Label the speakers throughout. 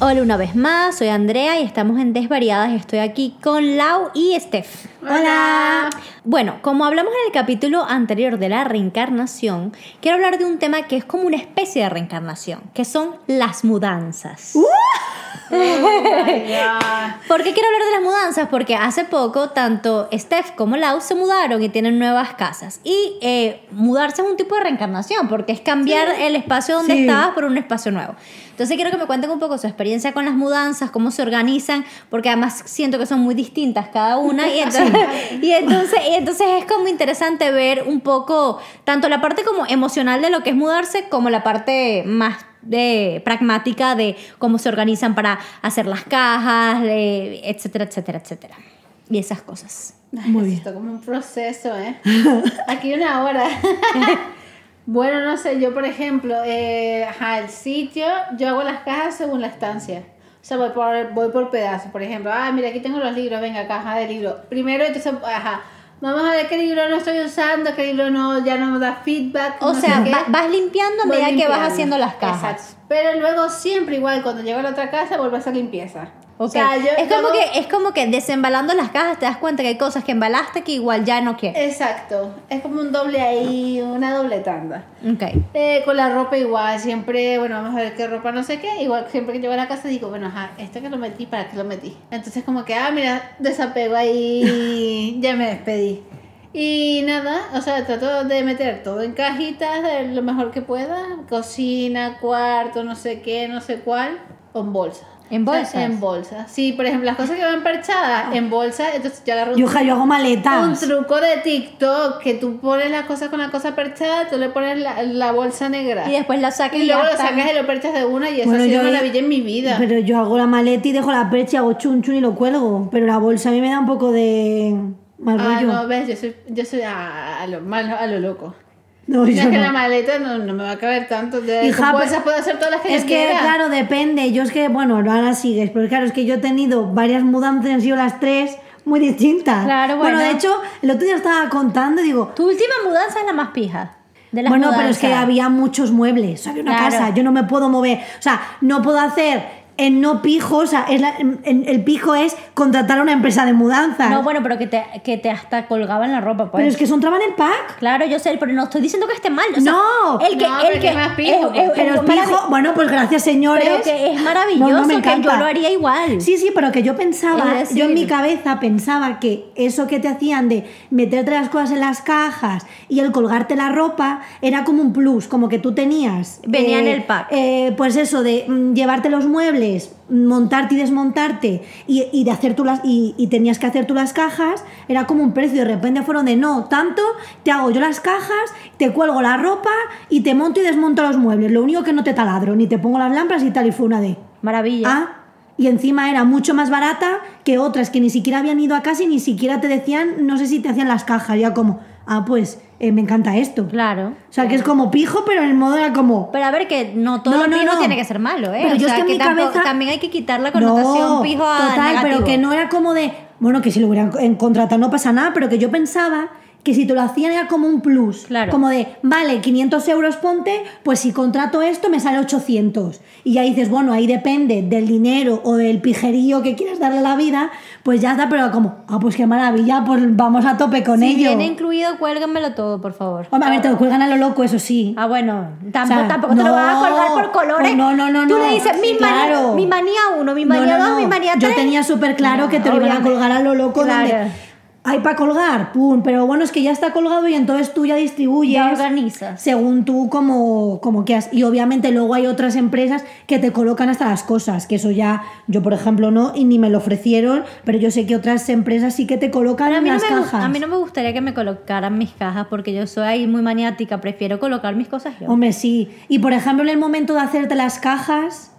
Speaker 1: Hola una vez más, soy Andrea y estamos en Desvariadas. Estoy aquí con Lau y Steph.
Speaker 2: Hola.
Speaker 1: Bueno, como hablamos en el capítulo anterior de la reencarnación, quiero hablar de un tema que es como una especie de reencarnación, que son las mudanzas.
Speaker 2: Uh.
Speaker 1: ¿Por qué quiero hablar de las mudanzas? Porque hace poco tanto Steph como Lau se mudaron y tienen nuevas casas. Y eh, mudarse es un tipo de reencarnación, porque es cambiar el espacio donde
Speaker 2: Sí.
Speaker 1: estabas por un espacio nuevo. Entonces quiero que me cuenten un poco su experiencia con las mudanzas, cómo se organizan, porque además siento que son muy distintas cada una. Y entonces, y entonces, y entonces es como interesante ver un poco tanto la parte como emocional de lo que es mudarse, como la parte más de pragmática de cómo se organizan para hacer las cajas, de- etcétera, etcétera, etcétera. Y esas cosas.
Speaker 2: Muy bien. Esto como un proceso, ¿eh? Aquí una hora. bueno, no sé, yo por ejemplo, eh, ajá, el sitio, yo hago las cajas según la estancia. O sea, voy por, voy por pedazos, por ejemplo. Ah, mira, aquí tengo los libros, venga, caja de libros. Primero, entonces, ajá, vamos a ver qué libro no estoy usando, qué libro no, ya no me da feedback.
Speaker 1: O
Speaker 2: no sé
Speaker 1: sea,
Speaker 2: qué.
Speaker 1: va- vas limpiando a
Speaker 2: Voy
Speaker 1: medida que vas
Speaker 2: limpiando.
Speaker 1: haciendo las cajas.
Speaker 2: Exacto. Pero luego siempre igual, cuando llego a la otra casa, vuelvo a hacer limpieza.
Speaker 1: Ok. es, como que, es como que desembalando las cajas te das cuenta que hay cosas que embalaste que igual ya no quieres.
Speaker 2: Exacto. Es como un doble ahí, una doble tanda.
Speaker 1: Ok.
Speaker 2: Eh, con la ropa igual, siempre, bueno, vamos a ver qué ropa, no sé qué. Igual siempre que llego a la casa digo, bueno, ajá, esto que lo metí, ¿para qué lo metí? Entonces como que, ah, mira, desapego ahí, ya me despedí. Y nada, o sea, trato de meter todo en cajitas, de lo mejor que pueda, cocina, cuarto, no sé qué, no sé cuál, o en bolsa.
Speaker 1: ¿En
Speaker 2: O sea,
Speaker 1: bolsas? Ah.
Speaker 2: En bolsa. Sí, por ejemplo, las cosas que van perchadas en bolsa, entonces yo agarro un
Speaker 3: Yuja, yo hago
Speaker 2: un
Speaker 3: maletas.
Speaker 2: truco de TikTok que tú pones las cosas con la cosa perchada, tú le pones la, la bolsa negra.
Speaker 1: Y
Speaker 2: Y,
Speaker 1: después la sacas
Speaker 2: luego
Speaker 1: ya
Speaker 2: lo
Speaker 1: están.
Speaker 2: sacas y lo perchas de una y eso
Speaker 3: Bueno,
Speaker 2: ha sido
Speaker 3: yo-
Speaker 2: una maravilla en mi vida.
Speaker 3: Pero yo hago la maleta y dejo la percha, hago chun chun y lo cuelgo. Pero la bolsa a mí me da un poco de mal
Speaker 2: ah,
Speaker 3: rollo.
Speaker 2: no, ves, yo soy, yo soy a, a lo malo, a lo loco.
Speaker 3: No,
Speaker 2: Ya
Speaker 3: yo
Speaker 2: que
Speaker 3: no.
Speaker 2: la maleta no, no me va a caber tanto. De,
Speaker 3: Hija,
Speaker 2: con
Speaker 3: pero-
Speaker 2: bolsas puedo hacer todas las que
Speaker 3: Es
Speaker 2: yo
Speaker 3: que,
Speaker 2: quiera.
Speaker 3: claro, depende. Yo es que, bueno, ahora sigues. Pero claro, es que yo he tenido varias mudanzas, han sido las tres muy distintas.
Speaker 1: Claro,
Speaker 3: de
Speaker 1: bueno.
Speaker 3: hecho, el otro día estaba contando y digo,
Speaker 1: Tu última mudanza es la más pija. De las
Speaker 3: bueno, pero es que
Speaker 1: mudanzas.
Speaker 3: había muchos muebles, había una
Speaker 1: Claro.
Speaker 3: casa, yo no me puedo mover, o sea, no puedo hacer en no pijo, o sea, es la- en- en- el pijo es contratar a una empresa de mudanza.
Speaker 1: No, bueno, pero que te, que te hasta colgaban la ropa, pues.
Speaker 3: Pero es que eso entraba en el pack.
Speaker 1: Claro, yo sé, pero no estoy diciendo que esté mal. o sea,
Speaker 3: No.
Speaker 1: el que,
Speaker 2: No,
Speaker 1: el
Speaker 2: pero
Speaker 1: que
Speaker 2: es más pijo, pues.
Speaker 3: Pero
Speaker 1: lo
Speaker 3: el pijo,
Speaker 1: marav-
Speaker 3: bueno, pues gracias señores.
Speaker 1: eh, pero que es
Speaker 3: No, no,
Speaker 1: maravilloso,
Speaker 3: me
Speaker 1: que yo
Speaker 3: encanta.
Speaker 1: lo haría igual.
Speaker 3: Sí, sí, pero que yo pensaba,
Speaker 1: Es decir-
Speaker 3: yo en mi cabeza pensaba que eso que te hacían de meterte las cosas en las cajas y el colgarte la ropa era como un plus, como que tú tenías.
Speaker 1: Venía en el pack.
Speaker 3: eh, pues eso, de mm, llevarte los muebles, montarte y desmontarte y, y de hacer tú las, y, y tenías que hacer tú las cajas, era como un precio. De repente fueron de no, tanto te hago yo las cajas, te cuelgo la ropa y te monto y desmonto los muebles. Lo único que no te taladro, ni te pongo las lámparas y tal, y fue una de.
Speaker 1: Maravilla.
Speaker 3: Ah, y encima era mucho más barata que otras que ni siquiera habían ido a casa y ni siquiera te decían, no sé si te hacían las cajas. Ya como, ah, pues eh, me encanta esto.
Speaker 1: Claro.
Speaker 3: O sea, que es como pijo, pero en el modo era como.
Speaker 1: Pero a ver, que no todo
Speaker 3: No, no,
Speaker 1: pijo
Speaker 3: no.
Speaker 1: tiene que ser malo, ¿eh?
Speaker 3: Pero
Speaker 1: o
Speaker 3: yo es
Speaker 1: sea,
Speaker 3: que en mi
Speaker 1: tampoco-
Speaker 3: cabeza-
Speaker 1: también hay que quitar la connotación
Speaker 3: no,
Speaker 1: pijo a
Speaker 3: total, pero
Speaker 1: negativo.
Speaker 3: que no era como de. Bueno, que si lo hubieran en- contratado no pasa nada, pero que yo pensaba que si te lo hacían era como un plus.
Speaker 1: Claro.
Speaker 3: Como de, vale, 500 euros ponte, pues si contrato esto me sale 800. Y ya dices, bueno, ahí depende del dinero o del pijerío que quieras darle a la vida, pues ya está, pero como, ah, pues qué maravilla, pues vamos a tope con
Speaker 1: Si
Speaker 3: ello.
Speaker 1: viene incluido, cuélgamelo todo, por favor.
Speaker 3: Hombre, a ver, te lo cuelgan a lo loco, eso sí.
Speaker 1: Ah, bueno, tampoco,
Speaker 3: O sea,
Speaker 1: tampoco te lo
Speaker 3: no,
Speaker 1: van a colgar por colores.
Speaker 3: pues no, no, no,
Speaker 1: Tú
Speaker 3: no.
Speaker 1: le dices, mi,
Speaker 3: Sí,
Speaker 1: manía,
Speaker 3: claro.
Speaker 1: mi manía 1, mi manía 2, mi manía 3.
Speaker 3: Yo tenía súper claro
Speaker 1: No,
Speaker 3: que te lo iban a
Speaker 1: obviamente.
Speaker 3: colgar a lo loco
Speaker 1: Claro.
Speaker 3: donde hay para colgar, pum, pero bueno, es que ya está colgado y entonces tú ya distribuyes
Speaker 1: Ya organizas.
Speaker 3: según tú como, como quieras. Y obviamente luego hay otras empresas que te colocan hasta las cosas, que eso ya yo por ejemplo no y ni me lo ofrecieron, pero yo sé que otras empresas sí que te colocan
Speaker 1: Pero a mí, no
Speaker 3: las
Speaker 1: me, gu-
Speaker 3: cajas.
Speaker 1: a mí no me gustaría que me colocaran mis cajas porque yo soy ahí muy maniática, prefiero colocar mis cosas yo.
Speaker 3: Hombre, sí. Y por ejemplo, en el momento de hacerte las cajas,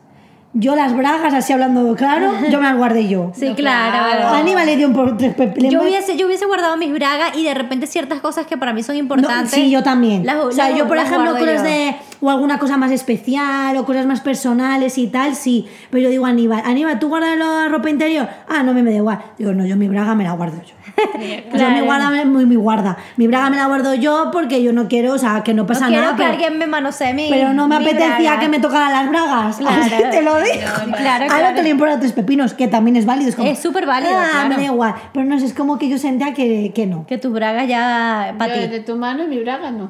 Speaker 3: yo las bragas, así hablando claro, yo me las guardé yo.
Speaker 1: Sí,
Speaker 2: No,
Speaker 1: claro.
Speaker 2: claro.
Speaker 3: A Aníbal le dio un por tres pe- le-
Speaker 1: Yo hubiese, yo hubiese guardado mis bragas y de repente ciertas cosas que para mí son
Speaker 3: No,
Speaker 1: importantes.
Speaker 3: sí, yo también.
Speaker 1: las-
Speaker 3: o sea,
Speaker 1: las-
Speaker 3: yo, por
Speaker 1: las
Speaker 3: ejemplo,
Speaker 1: guardo
Speaker 3: cosas
Speaker 1: yo.
Speaker 3: de. O alguna cosa más especial, o cosas más personales y tal, sí. Pero yo digo, Aníbal, Aníbal, ¿tú guardas la ropa interior? Ah, no, me, me da igual. Digo, no, yo mi braga me la guardo yo. Yo mi
Speaker 1: Claro.
Speaker 3: guarda, me- mi, mi guarda, mi braga me la guardo yo porque yo no quiero, o sea, que no pasa
Speaker 1: quiero
Speaker 3: nada.
Speaker 1: que
Speaker 3: pero-
Speaker 1: alguien me manosee mi
Speaker 3: Pero no me
Speaker 1: mi
Speaker 3: apetecía
Speaker 1: braga.
Speaker 3: que me tocaran las bragas.
Speaker 1: Claro.
Speaker 3: Así te lo digo.
Speaker 1: No, claro,
Speaker 3: Ahora
Speaker 1: claro.
Speaker 3: te le importan tus pepinos, que también es válido. Es como,
Speaker 1: Es súper válido,
Speaker 3: Ah,
Speaker 1: claro.
Speaker 3: me da igual. Pero no sé, es como que yo sentía que, que no.
Speaker 1: Que tus bragas ya
Speaker 2: Yo
Speaker 1: para ti.
Speaker 2: de tu mano y mi braga no.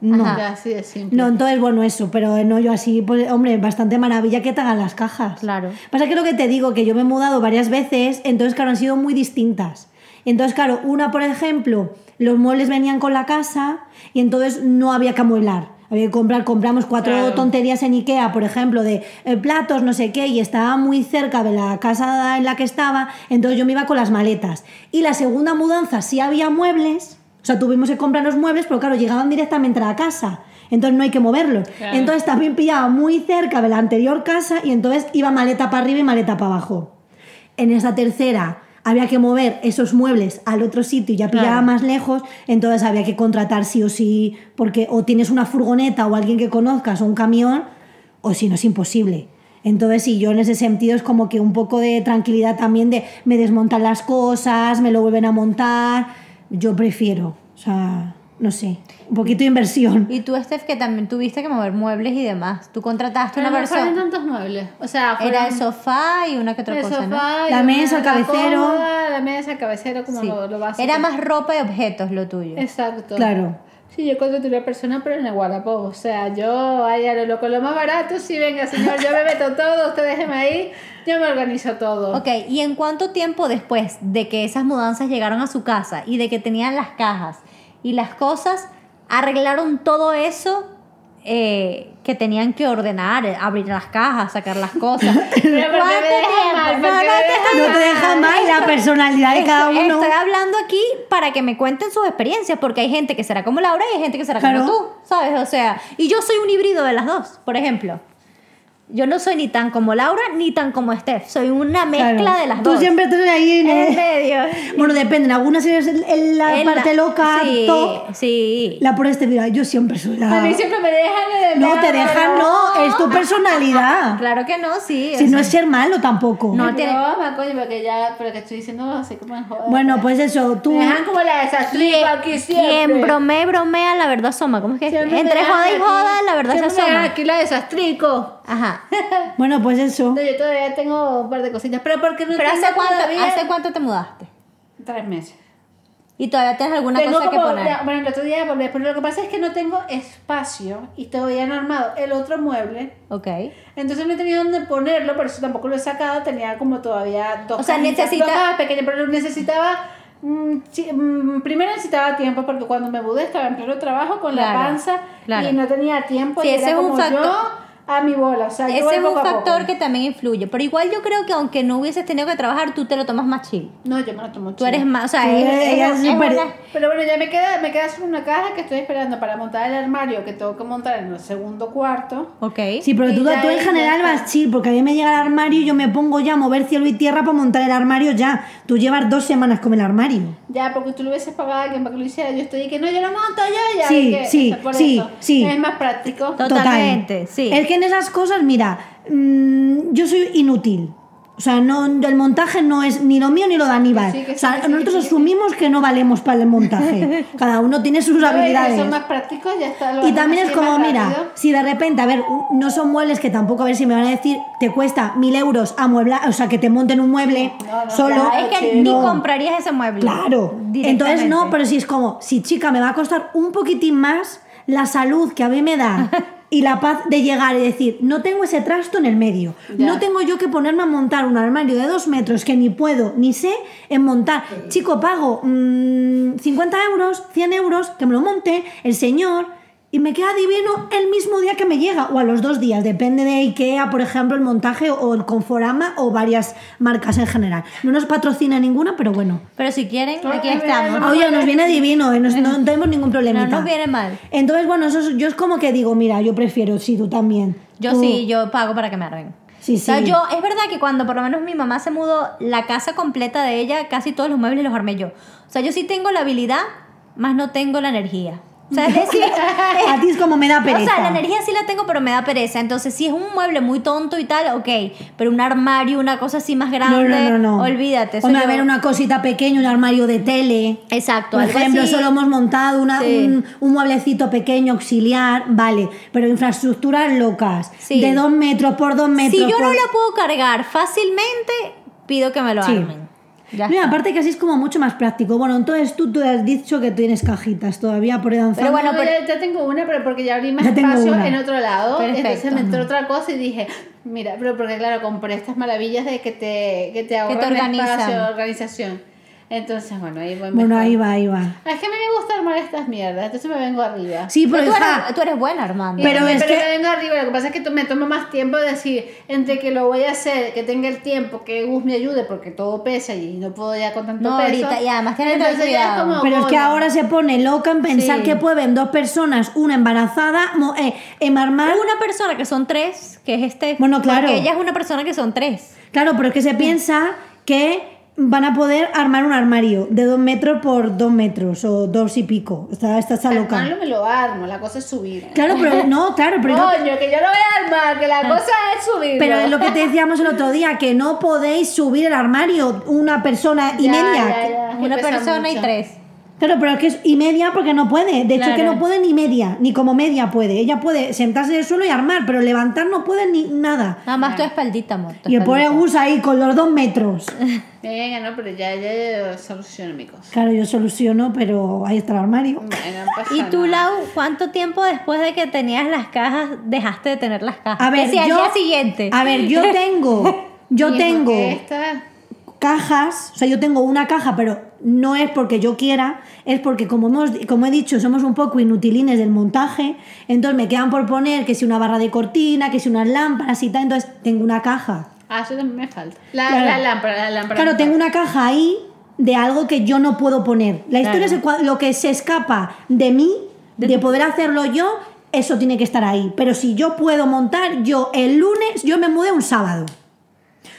Speaker 3: No.
Speaker 1: Ajá.
Speaker 2: Ya, así de simple.
Speaker 3: No, entonces, bueno, eso, pero eh, no, yo así, pues, hombre, bastante maravilla que te hagan las cajas.
Speaker 1: Claro.
Speaker 3: Pasa que lo que te digo, que yo me he mudado varias veces, entonces, claro, han sido muy distintas. Entonces, claro, una, por ejemplo, los muebles venían con la casa y entonces no había que amueblar. Había que comprar, compramos cuatro
Speaker 2: Claro.
Speaker 3: tonterías en Ikea, por ejemplo, de eh, platos, no sé qué, y estaba muy cerca de la casa en la que estaba, entonces yo me iba con las maletas. Y la segunda mudanza sí había muebles, o sea, tuvimos que comprar los muebles, pero claro, llegaban directamente a la casa, entonces no hay que moverlos.
Speaker 2: Claro.
Speaker 3: Entonces también pillaba muy cerca de la anterior casa y entonces iba maleta para arriba y maleta para abajo. En esta tercera había que mover esos muebles al otro sitio y ya pillaba
Speaker 2: Claro.
Speaker 3: más lejos, entonces había que contratar sí o sí, porque o tienes una furgoneta o alguien que conozcas o un camión, o si no es imposible. Entonces, sí, yo en ese sentido es como que un poco de tranquilidad también de me desmontan las cosas, me lo vuelven a montar. Yo prefiero, o sea, no sé, un poquito de inversión.
Speaker 1: Y tú, Steph, que también tuviste que mover muebles y demás. Tú contrataste
Speaker 2: Pero
Speaker 1: una
Speaker 2: no fueron
Speaker 1: persona.
Speaker 2: tantos muebles. O sea, fueron
Speaker 1: Era el sofá y una que otra
Speaker 2: el
Speaker 1: cosa, ¿no?
Speaker 2: sofá,
Speaker 3: La
Speaker 2: y una
Speaker 3: mesa, el cabecero.
Speaker 2: cómoda, la mesa, el cabecero, como
Speaker 1: Sí.
Speaker 2: lo, lo básico.
Speaker 1: Era más ropa y objetos lo tuyo.
Speaker 2: Exacto.
Speaker 3: Claro.
Speaker 2: Sí, yo contraté una persona, pero en el guardapó. O sea, yo, ay, a lo loco, lo más barato, sí, venga, señor, yo me meto todo, usted déjeme ahí, yo me organizo todo.
Speaker 1: Ok, ¿y en cuánto tiempo después de que esas mudanzas llegaron a su casa y de que tenían las cajas y las cosas, arreglaron todo eso eh, que tenían que ordenar, abrir las cajas, sacar las cosas?
Speaker 2: Pero porque me dejan mal,
Speaker 1: tiempo?
Speaker 2: porque me dejan
Speaker 3: No te deja mal la personalidad de cada
Speaker 1: Estoy-
Speaker 3: uno.
Speaker 1: Estoy hablando aquí para que me cuenten sus experiencias, porque hay gente que será como Laura y hay gente que será
Speaker 3: Claro.
Speaker 1: como tú, ¿sabes? O sea, y yo soy un híbrido de las dos, por ejemplo. Yo no soy ni tan como Laura ni tan como Steph, soy una mezcla
Speaker 3: Claro.
Speaker 1: de las
Speaker 3: Tú
Speaker 1: dos.
Speaker 3: siempre estás ahí en
Speaker 1: en
Speaker 3: el-
Speaker 1: medio.
Speaker 3: Bueno, depende, en algunas eres el- el- la
Speaker 1: En
Speaker 3: parte loca,
Speaker 1: sí,
Speaker 3: top.
Speaker 1: Sí.
Speaker 3: La por este dirá, yo siempre soy la.
Speaker 2: A mí siempre me dejan en el
Speaker 3: No
Speaker 2: lado,
Speaker 3: te dejan, no, es tu personalidad.
Speaker 1: Claro que no, sí.
Speaker 3: Si
Speaker 1: o
Speaker 3: no
Speaker 1: sea,
Speaker 3: es ser malo tampoco.
Speaker 1: No,
Speaker 2: No,
Speaker 1: tiene-
Speaker 2: tiene... broma, coño, porque ya, pero que estoy diciendo, no sé cómo es joder.
Speaker 3: Bueno, pues eso, tú.
Speaker 2: me dejan como la desastripa aquí siempre.
Speaker 1: Quien bromea, y bromea, la verdad asoma. ¿Cómo es que? es?
Speaker 2: Siempre me
Speaker 1: Entre
Speaker 2: dejan
Speaker 1: joda y
Speaker 2: aquí.
Speaker 1: joda, la verdad se
Speaker 2: Siempre me dejan
Speaker 1: asoma.
Speaker 2: aquí la desastrico.
Speaker 1: Ajá.
Speaker 3: Bueno, pues eso.
Speaker 2: No, yo todavía tengo un par de cositas, pero ¿por qué no
Speaker 1: Pero
Speaker 2: tengo
Speaker 1: ¿hace cuánto,
Speaker 2: todavía?
Speaker 1: ¿hace cuánto te mudaste?
Speaker 2: Tres meses.
Speaker 1: Y todavía tienes alguna
Speaker 2: tengo
Speaker 1: cosa que
Speaker 2: como-
Speaker 1: poner.
Speaker 2: ya, bueno, el otro día volví, pero lo que pasa es que no tengo espacio y todavía no he armado el otro mueble.
Speaker 1: Ok.
Speaker 2: Entonces no he tenido dónde ponerlo, por eso tampoco lo he sacado. Tenía como todavía dos
Speaker 1: O sea,
Speaker 2: cajitas-
Speaker 1: necesita-
Speaker 2: dos cajas pequeñas, pero necesitaba... mm, sí, mm, primero necesitaba tiempo porque cuando me mudé estaba en pleno trabajo con
Speaker 1: Claro,
Speaker 2: la panza
Speaker 1: claro.
Speaker 2: y no tenía tiempo
Speaker 1: Sí,
Speaker 2: y
Speaker 1: ese
Speaker 2: era
Speaker 1: es un
Speaker 2: como
Speaker 1: factor-
Speaker 2: yo a mi bola. O sea, yo voy
Speaker 1: Ese es un
Speaker 2: poco a poco.
Speaker 1: factor que también influye. Pero igual yo creo que aunque no hubieses tenido que trabajar, tú te lo tomas más chill.
Speaker 2: No, yo me lo tomo
Speaker 1: Tú
Speaker 2: chill.
Speaker 1: eres más. O sea,
Speaker 3: Sí,
Speaker 1: es, es-
Speaker 3: ella
Speaker 1: es
Speaker 3: es súper-
Speaker 1: una-
Speaker 2: Pero bueno, ya me queda, me queda solo una caja que estoy esperando para montar el armario que tengo que montar en el segundo cuarto.
Speaker 1: Ok.
Speaker 3: Sí, pero tú,
Speaker 2: Y ya
Speaker 3: tú en
Speaker 2: ahí
Speaker 3: general
Speaker 2: ya está.
Speaker 3: vas chill, porque a mí me llega el armario y yo me pongo ya a mover cielo y tierra para montar el armario ya. Tú llevas dos semanas con el armario.
Speaker 2: Ya, porque tú lo hubieses pagado a alguien para que lo hiciera. Yo estoy que no, yo lo monto yo ya.
Speaker 3: Sí,
Speaker 2: y que-
Speaker 3: sí,
Speaker 2: o sea, por
Speaker 3: sí,
Speaker 2: eso.
Speaker 3: sí.
Speaker 2: Es más práctico.
Speaker 1: To- Totalmente,
Speaker 3: Total.
Speaker 1: sí.
Speaker 3: Es que en esas cosas, mira, mm, yo soy inútil. O sea, no, el montaje no es ni lo mío ni lo de Aníbal.
Speaker 2: Que sí, que
Speaker 3: o sea,
Speaker 2: sí, que sí,
Speaker 3: nosotros
Speaker 2: que sí, que
Speaker 3: asumimos que no valemos para el montaje. Cada uno tiene sus
Speaker 2: No, y que
Speaker 3: habilidades.
Speaker 2: Son más prácticos, ya está. lo
Speaker 3: Y
Speaker 2: hago
Speaker 3: también es
Speaker 2: así
Speaker 3: como,
Speaker 2: más
Speaker 3: mira,
Speaker 2: rápido.
Speaker 3: si de repente, a ver, un- no son muebles que tampoco, a ver si me van a decir, te cuesta mil euros amueblar, o sea, que te monten un mueble
Speaker 2: No, no,
Speaker 3: solo.
Speaker 2: claro,
Speaker 1: Es que
Speaker 2: sí.
Speaker 1: ni
Speaker 3: No.
Speaker 1: comprarías ese mueble.
Speaker 3: Claro. Entonces no, pero si es como, si chica, me va a costar un poquitín más la salud que a mí me da y la paz de llegar y decir, no tengo ese trasto en el medio,
Speaker 2: Ya.
Speaker 3: no tengo yo que ponerme a montar un armario de dos metros que ni puedo ni sé en montar. Chico, pago mm, 50 euros, 100 euros, que me lo monte el señor. Y me queda divino el mismo día que me llega, o a los dos días, depende de IKEA, por ejemplo, el montaje o el Conforama o varias marcas en general. No nos patrocina ninguna, pero bueno.
Speaker 1: Pero si quieren,
Speaker 2: Claro,
Speaker 1: aquí
Speaker 2: mira,
Speaker 1: estamos.
Speaker 2: no,
Speaker 3: Ah, Oye, nos viene divino, eh, nos- no tenemos ningún
Speaker 1: No
Speaker 3: problema.
Speaker 1: nos viene mal.
Speaker 3: Entonces, bueno, eso es- yo es como que digo, mira, yo prefiero, sí, tú también.
Speaker 1: Yo
Speaker 3: Tú-
Speaker 1: sí, yo pago para que me arreglen.
Speaker 3: Sí,
Speaker 1: O sea,
Speaker 3: sí.
Speaker 1: yo, es verdad que cuando por lo menos mi mamá se mudó, la casa completa de ella, casi todos los muebles los armé yo. O sea, yo sí tengo la habilidad, más no tengo la energía. O sea, es decir,
Speaker 3: A ti es como me da pereza.
Speaker 1: O sea, la energía sí la tengo, pero me da pereza. Entonces, si es un mueble muy tonto y tal, ok. Pero un armario, una cosa así más
Speaker 3: No,
Speaker 1: grande,
Speaker 3: no, no, no.
Speaker 1: olvídate.
Speaker 3: O
Speaker 1: eso
Speaker 3: no,
Speaker 1: yo-
Speaker 3: a ver, una cosita pequeña, un armario de tele.
Speaker 1: Exacto.
Speaker 3: Por
Speaker 1: algo
Speaker 3: ejemplo,
Speaker 1: así.
Speaker 3: solo hemos montado una-
Speaker 1: Sí.
Speaker 3: un, un mueblecito pequeño auxiliar, vale, pero infraestructuras locas,
Speaker 1: Sí.
Speaker 3: de dos metros por dos metros.
Speaker 1: Si yo
Speaker 3: por-
Speaker 1: no la puedo cargar fácilmente, pido que me lo
Speaker 3: Sí.
Speaker 1: armen. Ya
Speaker 3: Mira,
Speaker 1: está.
Speaker 3: aparte que así es como mucho más práctico. Bueno, entonces tú, tú has dicho que tienes cajitas todavía por danzar.
Speaker 1: Pero bueno,
Speaker 2: No,
Speaker 1: pero-
Speaker 2: ya, ya tengo una, pero porque ya abrí más
Speaker 3: pues Ya tengo
Speaker 2: espacio
Speaker 3: una.
Speaker 2: en otro lado.
Speaker 1: Perfecto.
Speaker 2: Entonces me entró otra cosa y dije, mira, pero porque claro, compré estas maravillas de que te, que te ahorran
Speaker 1: organizan.
Speaker 2: espacio, organización. Entonces, bueno, ahí voy
Speaker 3: bueno, ahí
Speaker 2: mezclando.
Speaker 3: va, ahí va.
Speaker 2: Es que a mí me gusta armar estas mierdas, entonces me vengo arriba.
Speaker 3: Sí,
Speaker 1: Pero
Speaker 3: pero
Speaker 1: tú,
Speaker 3: hija,
Speaker 1: eres, tú eres buena, Armando.
Speaker 3: Pero
Speaker 2: me,
Speaker 3: es que-
Speaker 2: me vengo arriba, lo que pasa es que to- me toma más tiempo decir, entre que lo voy a hacer, que tenga el tiempo, que Gus me ayude, porque todo pesa y no puedo ya con tanto
Speaker 1: No,
Speaker 2: peso.
Speaker 1: ahorita, y además tienes que tener
Speaker 2: Entonces ya es
Speaker 1: cuidado.
Speaker 2: como,
Speaker 3: Pero es que
Speaker 2: bueno,
Speaker 3: ahora se pone loca en pensar
Speaker 1: Sí.
Speaker 3: que pueden dos personas, una embarazada, mo- eh, en armar.
Speaker 1: una persona que son tres, que es este.
Speaker 3: Bueno, claro.
Speaker 1: Porque ella es una persona que son tres.
Speaker 3: Claro, pero es que se piensa que van a poder armar un armario de dos metros por dos metros o dos y pico. Está, está, está
Speaker 2: armarlo Oh,
Speaker 3: loca.
Speaker 2: me lo armo, la cosa es subir.
Speaker 3: Claro, pero no, claro, pero, no-
Speaker 2: Coño, que yo lo voy a armar, que la cosa es subirlo.
Speaker 3: Ah. pero es lo que te decíamos el otro día, que no podéis subir el armario una persona y
Speaker 2: Ya,
Speaker 3: media.
Speaker 2: ya, ya, que
Speaker 1: Una
Speaker 2: pesa
Speaker 1: persona y
Speaker 2: mucho.
Speaker 1: tres.
Speaker 3: Claro, pero es que es y media porque no puede. De hecho, es que
Speaker 1: Claro.
Speaker 3: no puede ni media, ni como media puede. Ella puede sentarse en el suelo y armar, pero levantar no puede ni nada.
Speaker 1: Nada más tu espaldita, amor. tu
Speaker 3: Y el pobre
Speaker 1: espaldita.
Speaker 3: Gus ahí con los dos metros.
Speaker 2: Venga, no, pero ya, ya soluciono mi cosa.
Speaker 3: Claro, yo soluciono, pero ahí está el armario.
Speaker 2: Bueno, no pasa
Speaker 1: ¿Y tú,
Speaker 2: nada.
Speaker 1: Lau, cuánto tiempo después de que tenías las cajas dejaste de tener las cajas?
Speaker 3: A ver,
Speaker 1: Que si al
Speaker 3: yo-
Speaker 1: día siguiente.
Speaker 3: A ver, yo tengo, yo
Speaker 2: Mismo
Speaker 3: tengo
Speaker 2: que Esta,
Speaker 3: cajas, o sea, yo tengo una caja, pero no es porque yo quiera, es porque como hemos, como he dicho, somos un poco inutilines del montaje, entonces me quedan por poner que si una barra de cortina, que si unas lámparas y tal, entonces tengo una caja.
Speaker 2: ah, eso también me falta. La,
Speaker 3: Claro.
Speaker 2: la lámpara, la lámpara.
Speaker 3: Claro,
Speaker 2: me
Speaker 3: tengo
Speaker 2: falta.
Speaker 3: una caja ahí de algo que yo no puedo poner. La historia es el cua- lo que se escapa de mí, de, poder hacerlo yo, eso tiene que estar ahí. Pero si yo puedo montar, yo el lunes, yo me mudé un sábado.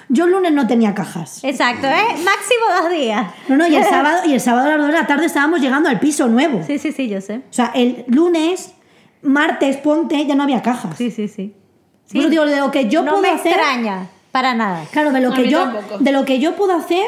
Speaker 3: Yo el lunes no tenía cajas.
Speaker 1: Exacto, ¿eh? Máximo dos días.
Speaker 3: No, no, y el sábado, y el sábado a las 2 de la tarde estábamos llegando al piso nuevo.
Speaker 1: Sí, sí, sí, yo sé.
Speaker 3: O sea, el lunes, martes, ponte, ya no había cajas.
Speaker 1: Sí, sí, sí. Sí.
Speaker 3: Por eso digo, de lo que yo
Speaker 1: no
Speaker 3: puedo
Speaker 1: me
Speaker 3: hacer.
Speaker 1: extraña, para nada.
Speaker 3: Claro, de lo,
Speaker 2: A
Speaker 3: que
Speaker 2: mí
Speaker 3: yo,
Speaker 2: tampoco.
Speaker 3: de lo que yo puedo hacer,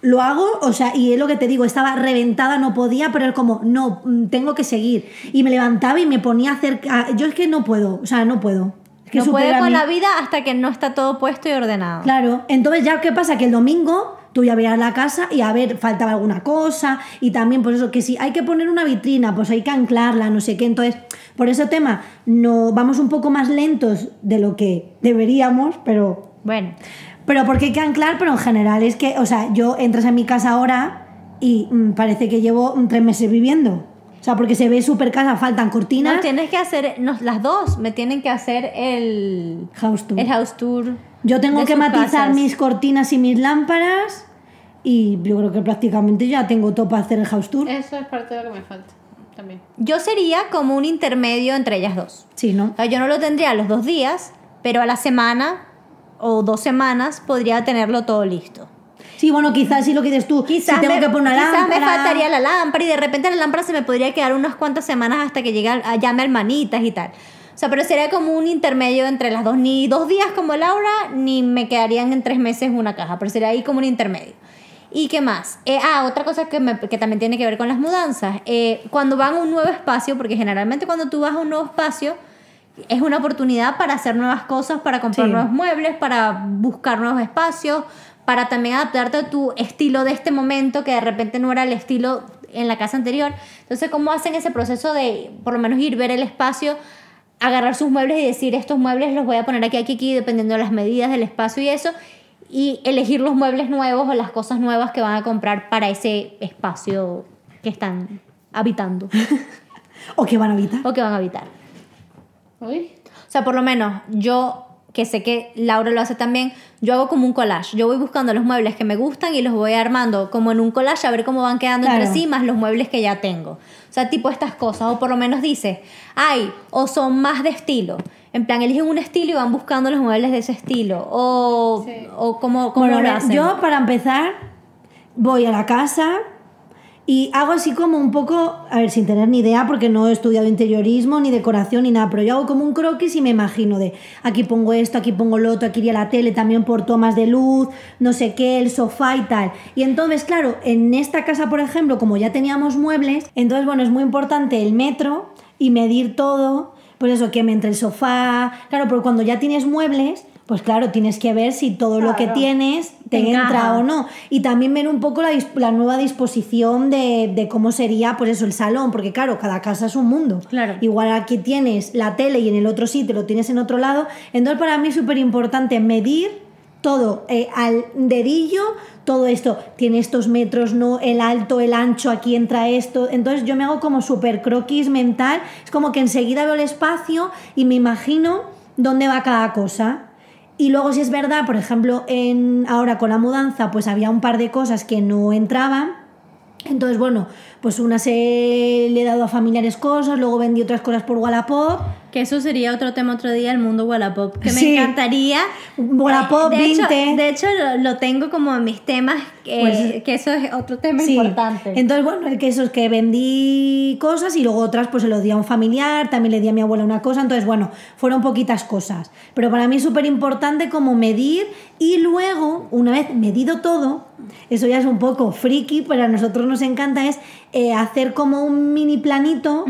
Speaker 3: lo hago, o sea, y es lo que te digo, estaba reventada, no podía, pero era como, no, mm, tengo que seguir. Y me levantaba y me ponía a hacer... a- Yo es que no puedo, o sea, no puedo. Es que
Speaker 1: no puede
Speaker 3: supera
Speaker 1: con
Speaker 3: mi-
Speaker 1: la vida hasta que no está todo puesto y ordenado.
Speaker 3: Claro, entonces ya, ¿qué pasa? Que el domingo tú ya verás la casa y a ver, faltaba alguna cosa y también por eso que si hay que poner una vitrina, pues hay que anclarla, no sé qué, entonces por ese tema no vamos un poco más lentos de lo que deberíamos, pero
Speaker 1: Bueno,
Speaker 3: pero porque hay que anclar, pero en general es que, o sea, yo entras a mi casa ahora y mm, parece que llevo mm, tres meses viviendo. O sea, porque se ve súper casa, faltan cortinas.
Speaker 1: no tienes que hacer, nos, las dos me tienen que hacer el,
Speaker 3: House tour.
Speaker 1: el house tour.
Speaker 3: Yo tengo
Speaker 1: de
Speaker 3: que
Speaker 1: sus
Speaker 3: matizar
Speaker 1: casas.
Speaker 3: mis cortinas y mis lámparas. Y yo creo que prácticamente ya tengo todo para hacer el house tour.
Speaker 1: Eh.
Speaker 2: Eso es parte de lo que me falta también.
Speaker 1: Yo sería como un intermedio entre ellas dos.
Speaker 3: Sí, ¿no?
Speaker 1: O sea, Ah, yo no lo tendría a los dos días, pero a la semana o dos semanas podría tenerlo todo listo.
Speaker 3: Sí, bueno, quizás sí lo que dices tú. si tengo
Speaker 1: me,
Speaker 3: que poner una
Speaker 1: quizás
Speaker 3: lámpara.
Speaker 1: me faltaría la lámpara y de repente la lámpara se me podría quedar unas cuantas semanas hasta que llegue a, llame hermanitas y tal. O sea, pero sería como un intermedio entre las dos. Ni dos días como Laura, ni me quedarían en tres meses una caja, pero sería ahí como un intermedio. ¿Y qué más? Eh, ah, otra cosa que, me- que también tiene que ver con las mudanzas. Eh, cuando van a un nuevo espacio, porque generalmente cuando tú vas a un nuevo espacio, es una oportunidad para hacer nuevas cosas, para comprar
Speaker 3: Sí.
Speaker 1: nuevos muebles, para buscar nuevos espacios, para también adaptarte a tu estilo de este momento que de repente no era el estilo en la casa anterior. Entonces, ¿cómo hacen ese proceso de por lo menos ir ver el espacio, agarrar sus muebles y decir estos muebles los voy a poner aquí, aquí, aquí, dependiendo de las medidas del espacio y eso? Y elegir los muebles nuevos o las cosas nuevas que van a comprar para ese espacio que están habitando
Speaker 3: O que van a evitar.
Speaker 1: o que van a habitar.
Speaker 2: Uy.
Speaker 1: O sea, por lo menos yo, que sé que Laura lo hace también, yo hago como un collage. Yo voy buscando los muebles que me gustan y los voy armando como en un collage a ver cómo van quedando
Speaker 3: Claro.
Speaker 1: entre sí, más los muebles que ya tengo. O sea, tipo estas cosas. O por lo menos dices, ay, o son más de estilo. En plan, eligen un estilo y van buscando los muebles de ese estilo. O,
Speaker 2: Sí.
Speaker 1: o como, como
Speaker 3: Bueno,
Speaker 1: lo
Speaker 3: a ver,
Speaker 1: hacen.
Speaker 3: yo para empezar voy a la casa Y hago así como un poco, a ver, sin tener ni idea, porque no he estudiado interiorismo, ni decoración, ni nada, pero yo hago como un croquis y me imagino de aquí pongo esto, aquí pongo lo otro, aquí iría la tele también por tomas de luz, no sé qué, el sofá y tal. Y entonces, claro, en esta casa, por ejemplo, como ya teníamos muebles, entonces, bueno, es muy importante el metro y medir todo, pues eso, que me entre el sofá, claro, porque cuando ya tienes muebles, pues claro, tienes que ver si todo lo que
Speaker 2: Claro.
Speaker 3: tienes te,
Speaker 1: Te
Speaker 3: entra
Speaker 1: encaja.
Speaker 3: o no. Y también ver un poco la, dis- la nueva disposición de, de cómo sería, pues eso, el salón, porque claro, cada casa es un mundo.
Speaker 1: Claro.
Speaker 3: Igual aquí tienes la tele y en el otro sitio lo tienes en otro lado. Entonces para mí es súper importante medir todo eh, al dedillo, todo esto. Tiene estos metros, no el alto, el ancho, aquí entra esto. Entonces yo me hago como súper croquis mental. Es como que enseguida veo el espacio y me imagino dónde va cada cosa. Y luego, si es verdad, por ejemplo, en, ahora con la mudanza, pues había un par de cosas que no entraban. Entonces, bueno, pues una se le he dado a familiares cosas, luego vendí otras cosas por Wallapop.
Speaker 1: Que eso sería otro tema otro día, el mundo Wallapop. Que
Speaker 3: Sí.
Speaker 1: me encantaría.
Speaker 3: Wallapop,
Speaker 1: de hecho,
Speaker 3: Vinted.
Speaker 1: de hecho, lo, lo tengo como en mis temas, eh,
Speaker 3: Pues-
Speaker 1: que eso es otro tema
Speaker 3: Sí.
Speaker 1: importante.
Speaker 3: Entonces, bueno, el que eso es que vendí cosas y luego otras pues se lo di a un familiar, también le di a mi abuela una cosa, entonces, bueno, fueron poquitas cosas. Pero para mí es súper importante como medir y luego, una vez medido todo, eso ya es un poco friki, pero a nosotros nos encanta, es eh, hacer como un mini planito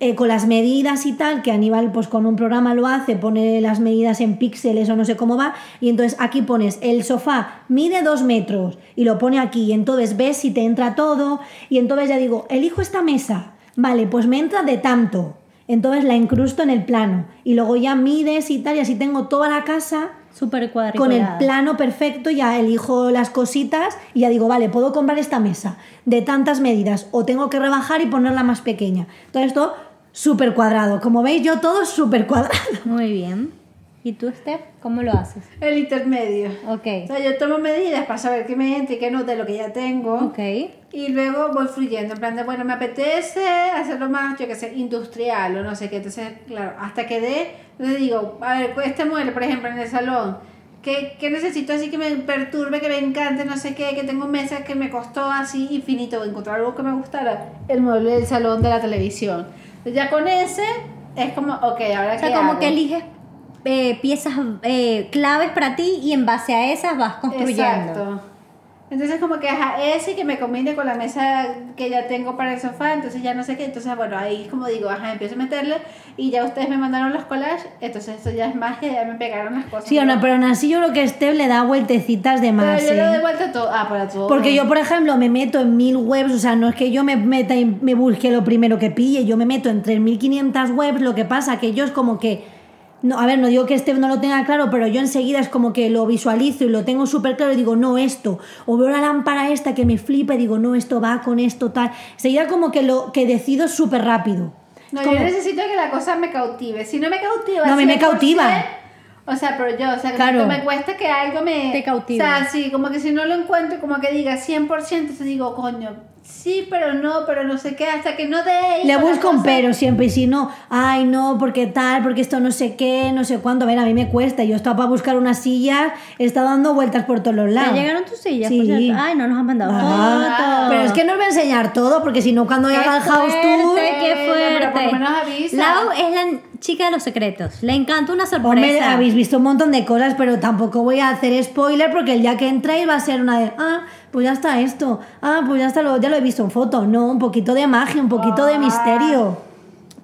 Speaker 3: eh, con las medidas y tal, que Aníbal pues con un programa lo hace, pone las medidas en píxeles o no sé cómo va, y entonces aquí pones el sofá mide dos metros y lo pone aquí, y entonces ves si te entra todo, y entonces ya digo, elijo esta mesa, vale, pues me entra de tanto, entonces la incrusto en el plano, y luego ya mides y tal, y así tengo toda la casa
Speaker 1: Súper
Speaker 3: con el
Speaker 1: cuadriculada.
Speaker 3: plano perfecto, ya elijo las cositas y ya digo, vale, puedo comprar esta mesa de tantas medidas o tengo que rebajar y ponerla más pequeña. Todo esto súper cuadrado. Como veis, yo todo súper cuadrado.
Speaker 1: Muy bien. ¿Y tú, Steph, cómo lo haces?
Speaker 2: El intermedio. O
Speaker 1: Ok.
Speaker 2: sea, yo tomo medidas para saber qué me entra y qué no de lo que ya tengo.
Speaker 1: Ok.
Speaker 2: Y luego voy fluyendo, en plan de, bueno, me apetece hacerlo más, yo que sé, industrial o no sé qué. Entonces, claro, hasta que dé, entonces digo, a ver, pues, este mueble, por ejemplo, en el salón, ¿qué, qué necesito así que me perturbe, que me encante, no sé qué? Que tengo mesas que me costó así infinito encontrar algo que me gustara. El mueble del salón de la televisión. Ya con ese, es como, ok, ahora
Speaker 1: O sea,
Speaker 2: ¿qué
Speaker 1: como
Speaker 2: hago?
Speaker 1: que eliges eh, piezas eh, claves para ti y en base a esas vas construyendo.
Speaker 2: Exacto. Entonces como que ajá, ese que me combine con la mesa que ya tengo para el sofá, entonces ya no sé qué, entonces bueno, ahí es como digo, ajá, empiezo a meterle y ya ustedes me mandaron los collages, entonces eso ya es magia, ya me pegaron las cosas.
Speaker 3: Sí, o no, pero aún así yo creo que Steph le da vueltecitas de
Speaker 2: Pero
Speaker 3: más.
Speaker 2: yo le
Speaker 3: ¿eh?
Speaker 2: doy vuelta a todo, ah, para todo.
Speaker 3: Porque yo, por ejemplo, me meto en mil webs, o sea, no es que yo me meta y me busque lo primero que pille, yo me meto en 3.500 webs, lo que pasa que yo es como que, no, a ver, no digo que este no lo tenga claro, pero yo enseguida es como que lo visualizo y lo tengo súper claro y digo, no, esto, o veo la lámpara esta que me flipa y digo, no, esto va con esto, tal, enseguida como que lo que decido súper rápido. Es
Speaker 2: No,
Speaker 3: como-
Speaker 2: yo necesito que la cosa me cautive, si no me cautiva...
Speaker 3: No, a mí me
Speaker 2: 100%,
Speaker 3: cautiva.
Speaker 2: O sea, pero yo, o sea,
Speaker 3: Claro.
Speaker 2: cuando me cuesta que algo me...
Speaker 1: Te cautiva.
Speaker 2: O sea, sí, como que si no lo encuentro, como que diga 100%, entonces digo, coño, sí, pero no, pero no sé qué, hasta que no dé...
Speaker 3: Le
Speaker 2: con la
Speaker 3: busco un
Speaker 2: cosa-
Speaker 3: pero siempre, y si no, ay, no, porque tal, porque esto no sé qué, no sé cuánto. A ver, a mí me cuesta. Yo estaba para buscar una silla, he estado dando vueltas por todos los
Speaker 1: ¿Te
Speaker 3: lados.
Speaker 1: llegaron tus sillas?
Speaker 3: Sí.
Speaker 1: por cierto? Ay, no nos han mandado
Speaker 3: Ah,
Speaker 1: fotos.
Speaker 3: pero es que no os voy a enseñar todo, porque si no, cuando
Speaker 1: ¡Qué
Speaker 3: haga el house tour.
Speaker 1: fuerte, ¡Qué
Speaker 2: Bueno,
Speaker 1: fuerte!
Speaker 2: pero por lo menos avisa.
Speaker 1: Lau es la chica de los secretos. Le encanta una sorpresa.
Speaker 3: Hombre, habéis visto un montón de cosas, pero tampoco voy a hacer spoiler porque el día que entréis va a ser una de, ah, pues ya está esto, ah, pues ya está, lo, ya lo he visto en foto, no, un poquito de magia, un poquito de misterio.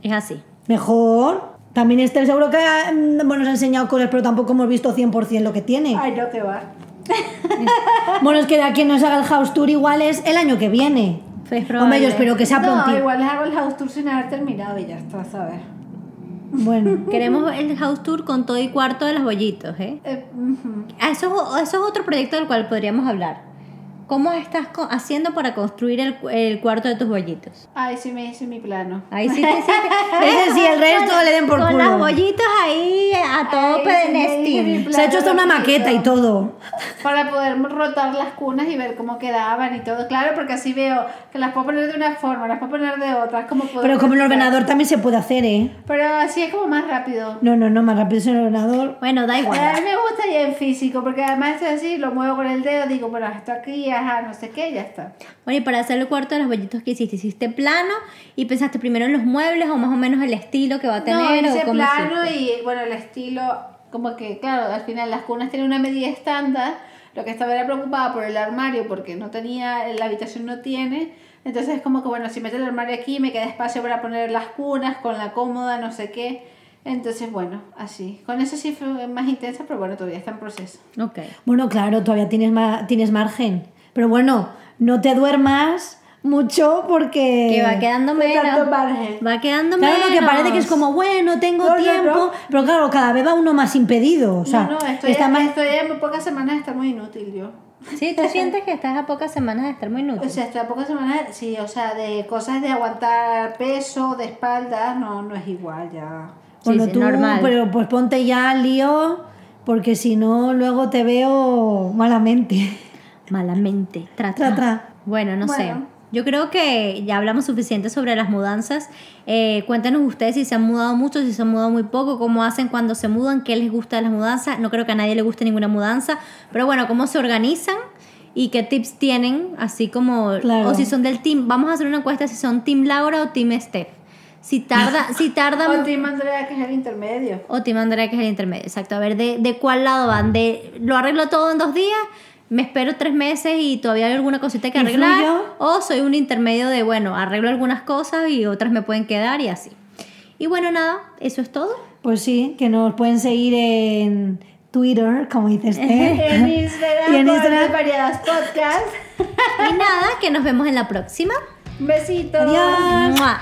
Speaker 1: Es así.
Speaker 3: Mejor. También este seguro que ah, mm, bueno, nos ha enseñado cosas, pero tampoco hemos visto 100% lo que tiene.
Speaker 2: Ay, no te va.
Speaker 3: Bueno, es que de aquí nos haga el house tour igual es el año que viene.
Speaker 1: Es probable.
Speaker 3: Hombre, yo espero que sea
Speaker 2: No,
Speaker 3: prontito.
Speaker 2: igual les hago el house tour sin haber terminado y ya está, ¿sabes?
Speaker 3: Bueno,
Speaker 1: Queremos el house tour con todo y cuarto de los bollitos, ¿eh?
Speaker 2: Eh, ujú.
Speaker 1: Ah, Eso es, o- eso es otro proyecto del cual podríamos hablar. ¿Cómo estás co- haciendo para construir el, cu- el cuarto de tus bollitos?
Speaker 2: Ay, sí me hice mi plano.
Speaker 1: Ahí sí te hiciste.
Speaker 3: ese sí, el resto le den por
Speaker 1: Con las
Speaker 3: culo.
Speaker 1: bollitas ahí a todo
Speaker 2: Ay, sí, me hice mi
Speaker 1: pedenestín.
Speaker 2: plan.
Speaker 3: Se ha hecho hasta una
Speaker 2: Claro,
Speaker 3: maqueta y
Speaker 2: bonito.
Speaker 3: todo.
Speaker 2: Para poder rotar las cunas y ver cómo quedaban y todo. Claro, porque así veo que las puedo poner de una forma, las puedo poner de otra. es Como poder
Speaker 3: Pero como el
Speaker 2: mezclar.
Speaker 3: ordenador también se puede hacer, ¿eh?
Speaker 2: Pero así es como más rápido.
Speaker 3: No, no, no, más rápido es el ordenador.
Speaker 1: Bueno, da
Speaker 2: A
Speaker 1: igual.
Speaker 2: mí me gustaría en físico, porque además esto así, lo muevo con el dedo, digo, bueno, esto aquí, ajá, no sé qué, ya está.
Speaker 1: Bueno, y para hacer el cuarto de los bollitos que hiciste, ¿hiciste plano y pensaste primero en los muebles o más o menos el estilo que va a tener?
Speaker 2: no, hice
Speaker 1: o cómo
Speaker 2: plano
Speaker 1: hiciste?
Speaker 2: y bueno, el estilo, como que claro, al final las cunas tienen una medida estándar, lo que estaba era preocupada por el armario porque no tenía, la habitación no tiene, entonces es como que bueno, si meto el armario aquí me queda espacio para poner las cunas con la cómoda, no sé qué. Entonces, bueno, así. Con eso sí fue más intensa, pero bueno, todavía está en proceso.
Speaker 1: Ok.
Speaker 3: Bueno, claro, todavía tienes, ma- tienes margen. Pero bueno, no te duermas mucho porque...
Speaker 1: Que va quedando menos.
Speaker 2: tanto margen.
Speaker 1: Va quedando
Speaker 3: Claro,
Speaker 1: menos.
Speaker 3: lo que parece que es como, bueno, tengo
Speaker 2: No, no,
Speaker 3: tiempo,
Speaker 2: no.
Speaker 3: pero claro, cada vez va uno más impedido. O sea,
Speaker 2: no, no, estoy,
Speaker 3: está más...
Speaker 2: estoy en pocas semanas de estar muy inútil yo.
Speaker 1: Sí, tú sientes que estás a pocas semanas de estar muy
Speaker 2: O
Speaker 1: inútil.
Speaker 2: sea, estoy a pocas semanas, sí, o sea, de cosas de aguantar peso, de espalda, no, no es igual ya.
Speaker 3: Bueno,
Speaker 1: sí,
Speaker 3: tú,
Speaker 1: normal.
Speaker 3: pero pues ponte ya al lío, porque si no, luego te veo malamente.
Speaker 1: Malamente. Tra,
Speaker 3: Tra,
Speaker 1: tra.
Speaker 3: tra.
Speaker 1: Bueno, no sé.
Speaker 2: Bueno.
Speaker 1: Yo creo que ya hablamos suficiente sobre las mudanzas. Eh, cuéntanos ustedes si se han mudado mucho, si se han mudado muy poco, cómo hacen cuando se mudan, qué les gusta de las mudanzas. No creo que a nadie le guste ninguna mudanza, pero bueno, cómo se organizan y qué tips tienen, así como,
Speaker 3: Claro.
Speaker 1: o si son del team. Vamos a hacer una encuesta si son team Laura o team Steph. Si tarda, si tarda
Speaker 2: O Tim Andrea, que es el intermedio.
Speaker 1: o Team Andrea, que es el intermedio. Exacto. A ver, ¿de, de cuál lado van? ¿De lo arreglo todo en dos días? ¿Me espero tres meses y todavía hay alguna cosita que
Speaker 3: ¿Y
Speaker 1: arreglar?
Speaker 3: fluyo?
Speaker 1: ¿O soy un intermedio de, bueno, arreglo algunas cosas y otras me pueden quedar y así? Y bueno, nada, eso es todo.
Speaker 3: Pues sí, que nos pueden seguir en Twitter, como dices. ¿eh?
Speaker 2: En Instagram,
Speaker 3: Y en
Speaker 2: por
Speaker 3: Instagram.
Speaker 2: variadas podcasts.
Speaker 1: Y nada, que nos vemos en la próxima.
Speaker 2: Besitos.
Speaker 3: Adiós.
Speaker 1: ¡Mua!